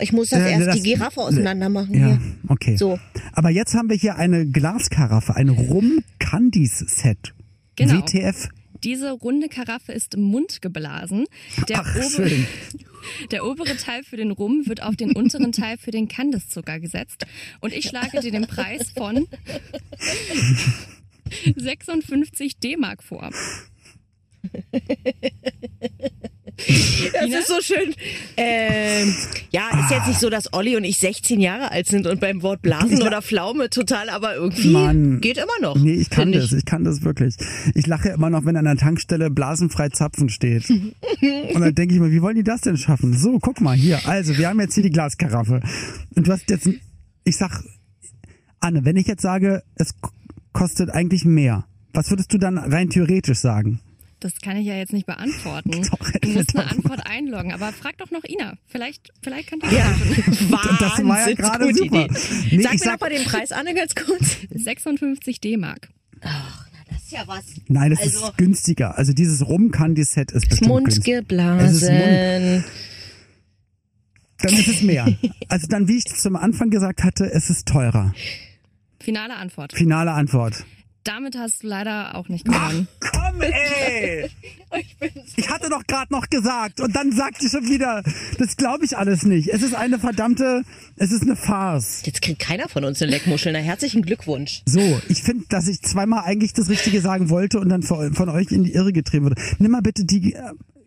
Speaker 3: Ich muss das
Speaker 2: Ja,
Speaker 3: erst
Speaker 2: das-
Speaker 3: die Giraffe auseinander machen.
Speaker 2: Ja,
Speaker 3: hier.
Speaker 2: okay.
Speaker 3: So.
Speaker 2: Aber jetzt haben wir hier eine Glaskaraffe, ein Rum-Candies-Set.
Speaker 5: Genau.
Speaker 2: WTF.
Speaker 5: Diese runde Karaffe ist im Mund geblasen. Der,
Speaker 2: Ach,
Speaker 5: obere,
Speaker 2: schön.
Speaker 5: der obere Teil für den Rum wird auf den unteren Teil für den Kandiszucker gesetzt. Und ich schlage dir den Preis von 56 D-Mark vor.
Speaker 3: Das
Speaker 5: Ina?
Speaker 3: ist so schön. Ähm, ja, ist jetzt nicht so, dass Olli und ich 16 Jahre alt sind und beim Wort Blasen oder Pflaume total, aber irgendwie
Speaker 2: Mann.
Speaker 3: geht immer noch.
Speaker 2: Nee, ich kann
Speaker 3: find
Speaker 2: das, ich kann das wirklich. Ich lache immer noch, wenn an der Tankstelle blasenfrei Zapfen steht. Und dann denke ich mir, wie wollen die das denn schaffen? So, guck mal hier. Also, wir haben jetzt hier die Glaskaraffe. Und du hast jetzt, ein- ich sag, Anne, wenn ich jetzt sage, es k- kostet eigentlich mehr, was würdest du dann rein theoretisch sagen?
Speaker 5: Das kann ich ja jetzt nicht beantworten.
Speaker 2: [LAUGHS] Doch,
Speaker 5: du musst
Speaker 2: doch.
Speaker 5: eine Antwort einloggen. Aber frag doch noch Ina. Vielleicht, vielleicht kann die
Speaker 3: Ja,
Speaker 2: Und [LAUGHS] das war ja
Speaker 3: wahnsinnig
Speaker 2: gerade
Speaker 3: gute
Speaker 2: super.
Speaker 3: Idee.
Speaker 2: Nee,
Speaker 3: sag
Speaker 2: ich
Speaker 3: mir
Speaker 2: sag-
Speaker 3: sag, mal den Preis, Anne, ganz
Speaker 2: [LAUGHS]
Speaker 3: kurz.
Speaker 5: 56 D-Mark.
Speaker 3: Das ist ja was.
Speaker 2: Nein, das
Speaker 3: Also-
Speaker 2: ist günstiger. Also dieses Rum-Candy-Set ist bestimmt
Speaker 3: Mund
Speaker 2: günstiger. Es ist
Speaker 3: geblasen.
Speaker 2: Dann ist es mehr. Also dann, wie ich zum Anfang gesagt hatte, es ist teurer.
Speaker 5: Finale Antwort.
Speaker 2: Finale Antwort.
Speaker 5: Damit hast du leider auch nicht gewonnen.
Speaker 2: Komm, ey! Ich hatte doch gerade noch gesagt und dann sagt sie schon wieder, das glaube ich alles nicht. Es ist eine verdammte, es ist eine Farce.
Speaker 3: Jetzt kriegt keiner von uns eine Leckmuschel. Na, herzlichen Glückwunsch.
Speaker 2: So, ich finde, dass ich zweimal eigentlich das Richtige sagen wollte und dann von, von euch in die Irre getrieben wurde. Nimm mal bitte die äh,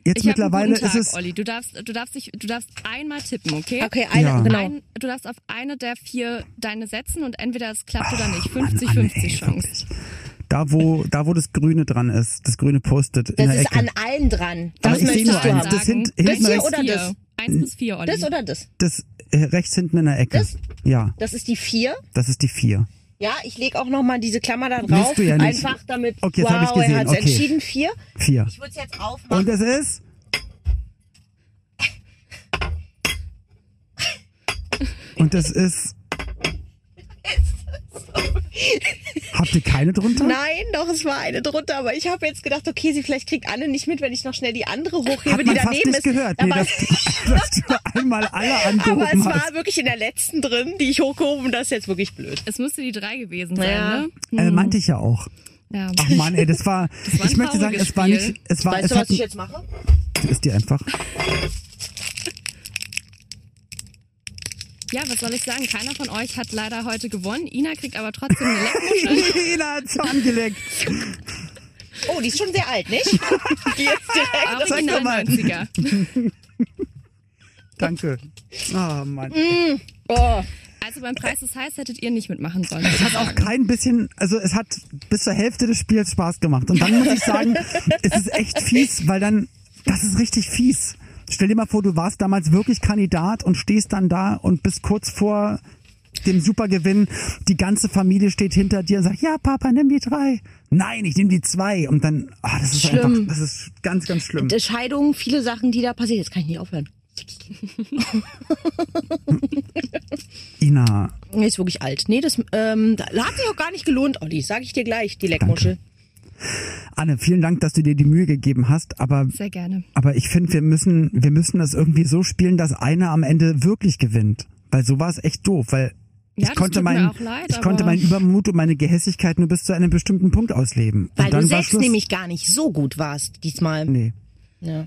Speaker 2: Jetzt
Speaker 5: Ich hab einen
Speaker 2: mittlerweile
Speaker 5: guten Tag,
Speaker 2: ist es.
Speaker 5: Olli, du darfst, du darfst dich, du darfst einmal tippen, okay?
Speaker 3: Okay, eine,
Speaker 2: Ja.
Speaker 3: genau.
Speaker 5: Ein, du darfst auf eine der vier deine setzen und entweder es klappt oder nicht.
Speaker 2: Mann, Anne, ey,
Speaker 5: 50-50 Chance.
Speaker 2: wirklich. Da wo, da, wo das Grüne dran ist, das Grüne Postet in
Speaker 3: das
Speaker 2: der
Speaker 3: ist
Speaker 2: Ecke.
Speaker 3: an allen dran. Das
Speaker 2: Aber ich sehe
Speaker 3: möchtest
Speaker 2: nur
Speaker 3: du
Speaker 2: eins.
Speaker 3: haben.
Speaker 2: Das hint,
Speaker 5: Das
Speaker 2: hinten
Speaker 3: hier
Speaker 2: rechts,
Speaker 3: oder
Speaker 5: vier.
Speaker 3: das?
Speaker 5: Eins bis vier, Olli.
Speaker 3: Das oder das?
Speaker 2: das, äh, rechts hinten in der Ecke.
Speaker 3: Das?
Speaker 2: Ja,
Speaker 3: Das ist die vier.
Speaker 2: das ist die vier.
Speaker 3: Ja, ich lege auch nochmal diese Klammer da drauf.
Speaker 2: Willst du ja nicht.
Speaker 3: Einfach damit,
Speaker 2: Okay, jetzt hab
Speaker 3: wow,
Speaker 2: ich's gesehen,
Speaker 3: er hat
Speaker 2: okay.
Speaker 3: entschieden. Vier.
Speaker 2: Vier.
Speaker 3: Ich würde es jetzt aufmachen.
Speaker 2: Und es ist? Und das ist. Habt ihr keine drunter?
Speaker 3: Nein, doch, es war eine drunter, aber ich habe jetzt gedacht, okay, sie vielleicht kriegt Anne nicht mit, wenn ich noch schnell die andere hochhebe,
Speaker 2: Hat
Speaker 3: die
Speaker 2: man fast
Speaker 3: daneben
Speaker 2: nicht
Speaker 3: ist.
Speaker 2: gehört. Nee,
Speaker 3: aber,
Speaker 2: dass, [LAUGHS] dass du einmal alle [LAUGHS]
Speaker 3: [LAUGHS]
Speaker 2: angehoben
Speaker 3: aber es
Speaker 2: hast.
Speaker 3: war wirklich in der letzten drin, die ich hochgehoben, das ist jetzt wirklich blöd.
Speaker 5: Es müsste die drei gewesen sein,
Speaker 3: Ja.
Speaker 5: ne?
Speaker 2: Äh, meinte ich ja auch.
Speaker 5: Ja.
Speaker 2: Ach Mann, ey, das war.
Speaker 5: war ein
Speaker 2: ich möchte sagen,
Speaker 5: trauriges
Speaker 2: es war
Speaker 5: Spiel.
Speaker 2: nicht. Es war.
Speaker 3: weißt
Speaker 2: es
Speaker 3: du,
Speaker 2: hat,
Speaker 3: was ich jetzt mache?
Speaker 2: Ist dir
Speaker 3: [LAUGHS]
Speaker 2: einfach.
Speaker 5: ja, was soll ich sagen? Keiner von euch hat leider heute gewonnen. Ina kriegt aber
Speaker 2: [LAUGHS]
Speaker 5: trotzdem eine Leckmuschel.
Speaker 2: Ina hat's angelegt.
Speaker 3: Oh, die ist schon sehr alt,
Speaker 2: [LAUGHS]
Speaker 3: nicht? die [LAUGHS] ist direkt.
Speaker 5: Original
Speaker 2: doch mal.
Speaker 5: 90er.
Speaker 2: Danke. Oh Mann.
Speaker 3: Oh,
Speaker 5: Also beim Preis ist heiß hättet ihr nicht mitmachen sollen.
Speaker 2: hat auch kein bisschen, also es hat bis zur Hälfte des Spiels Spaß gemacht. Und dann muss ich sagen, es ist echt fies, weil dann, das ist richtig fies. Stell dir mal vor, du warst damals wirklich Kandidat und stehst dann da und bist kurz vor dem Supergewinn. Die ganze Familie steht hinter dir und sagt, ja, Papa, nimm die drei. Nein, ich nehme die zwei. Und dann, ah, das ist
Speaker 3: Schlimm.
Speaker 2: einfach, das ist ganz, ganz schlimm.
Speaker 3: Scheidungen, viele Sachen, die da passieren. Jetzt kann ich nicht aufhören.
Speaker 2: Ina,
Speaker 3: Die ist wirklich alt. Nee, das ähm, da hat sich auch gar nicht gelohnt, Olli. Sag ich dir gleich, die Leckmuschel.
Speaker 2: Anne, vielen Dank, dass du dir die Mühe gegeben hast, aber
Speaker 5: Sehr gerne.
Speaker 2: Aber ich finde, wir müssen, wir müssen das irgendwie so spielen, dass einer am Ende wirklich gewinnt. Weil so war es echt doof, weil
Speaker 5: Ja,
Speaker 2: ich
Speaker 5: das
Speaker 2: konnte
Speaker 5: tut mir
Speaker 2: meinen,
Speaker 5: auch leid,
Speaker 2: ich konnte
Speaker 5: aber-
Speaker 2: meinen Übermut und meine Gehässigkeit nur bis zu einem bestimmten Punkt ausleben.
Speaker 3: Weil
Speaker 2: und dann
Speaker 3: du
Speaker 2: war
Speaker 3: selbst
Speaker 2: Schluss.
Speaker 3: nämlich gar nicht so gut warst diesmal.
Speaker 2: Nee.
Speaker 3: Ja.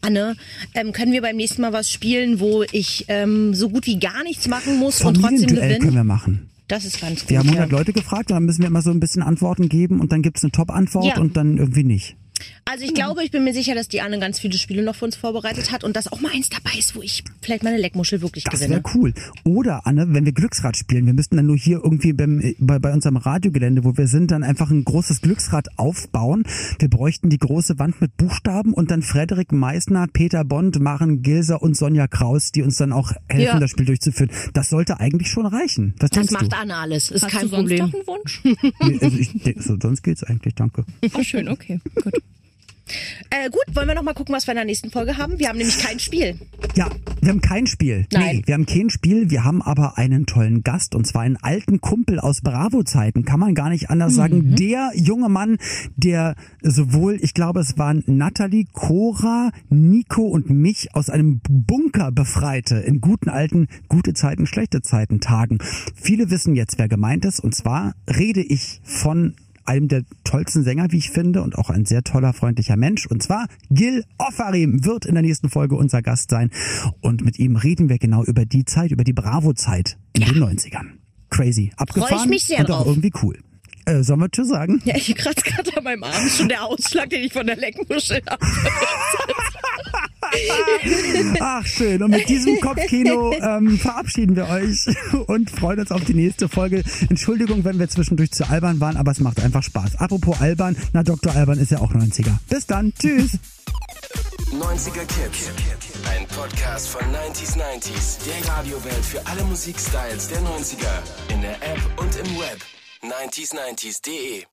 Speaker 3: Anne, ähm, können wir beim nächsten Mal was spielen, wo ich ähm, so gut wie gar nichts machen muss und trotzdem
Speaker 2: Familienduell können
Speaker 3: gewinne?
Speaker 2: wir machen.
Speaker 3: Das ist ganz gut.
Speaker 2: Wir haben
Speaker 3: ja.
Speaker 2: 100 Leute gefragt und dann müssen wir immer so ein bisschen Antworten geben und dann gibt's eine Top-Antwort
Speaker 3: Ja.
Speaker 2: und dann irgendwie nicht.
Speaker 3: Also ich glaube, ich bin mir sicher, dass die Anne ganz viele Spiele noch für uns vorbereitet hat und dass auch mal eins dabei ist, wo ich vielleicht meine Leckmuschel wirklich
Speaker 2: Das
Speaker 3: gewinne.
Speaker 2: wäre cool. Oder, Anne, wenn wir Glücksrad spielen, wir müssten dann nur hier irgendwie beim, bei, bei unserem Radiogelände, wo wir sind, dann einfach ein großes Glücksrad aufbauen. Wir bräuchten die große Wand mit Buchstaben und dann Frederik Meissner, Peter Bond, Maren Gilser und Sonja Kraus, die uns dann auch helfen,
Speaker 3: Ja.
Speaker 2: das Spiel durchzuführen. Das sollte eigentlich schon reichen.
Speaker 3: Das
Speaker 2: Was denkst
Speaker 3: macht
Speaker 2: du?
Speaker 3: Anne alles, ist
Speaker 5: Hast
Speaker 3: kein
Speaker 5: du sonst
Speaker 3: Problem.
Speaker 5: noch einen Wunsch?
Speaker 2: Nee, also ich, denk- so, sonst geht's eigentlich, danke.
Speaker 5: Oh, schön, okay.
Speaker 2: [LAUGHS]
Speaker 5: Gut.
Speaker 3: Äh, gut, wollen wir noch mal gucken, was wir in der nächsten Folge haben? Wir haben nämlich kein Spiel.
Speaker 2: Ja, wir haben kein Spiel.
Speaker 3: Nein.
Speaker 2: Nee, wir haben kein Spiel, wir haben aber einen tollen Gast und zwar einen alten Kumpel aus Bravo-Zeiten, kann man gar nicht anders sagen. Der junge Mann, der sowohl, ich glaube, es waren Natalie, Cora, Nico und mich aus einem Bunker befreite in guten alten, gute Zeiten, schlechte Zeiten, Tagen. Viele wissen jetzt, wer gemeint ist und zwar rede ich von einem der tollsten Sänger, wie ich finde, und auch ein sehr toller, freundlicher Mensch. Und zwar Gil Offarim wird in der nächsten Folge unser Gast sein. Und mit ihm reden wir genau über die Zeit, über die Bravo-Zeit in den 90ern. Crazy. Abgefahren.
Speaker 3: mich sehr
Speaker 2: und auch
Speaker 3: drauf.
Speaker 2: irgendwie cool. Äh, sollen wir Tschüss sagen?
Speaker 3: Ja, ich kratze gerade an meinem Arm schon der Ausschlag, den ich von der Leckmuschel habe.
Speaker 2: [LAUGHS] Ach, schön. Und mit
Speaker 3: [LAUGHS]
Speaker 2: diesem Kopfkino ähm, verabschieden wir euch und freuen uns auf die nächste Folge. Entschuldigung, wenn wir zwischendurch zu albern waren, aber es macht einfach Spaß. Apropos albern, na, Dr. Alban ist ja auch 90er. Bis dann. Tschüss.
Speaker 1: 90er Kids. Ein Podcast von 90s 90s. Der Radiowelt für alle Musikstyles der 90er. In der App und im Web. 90s90s.de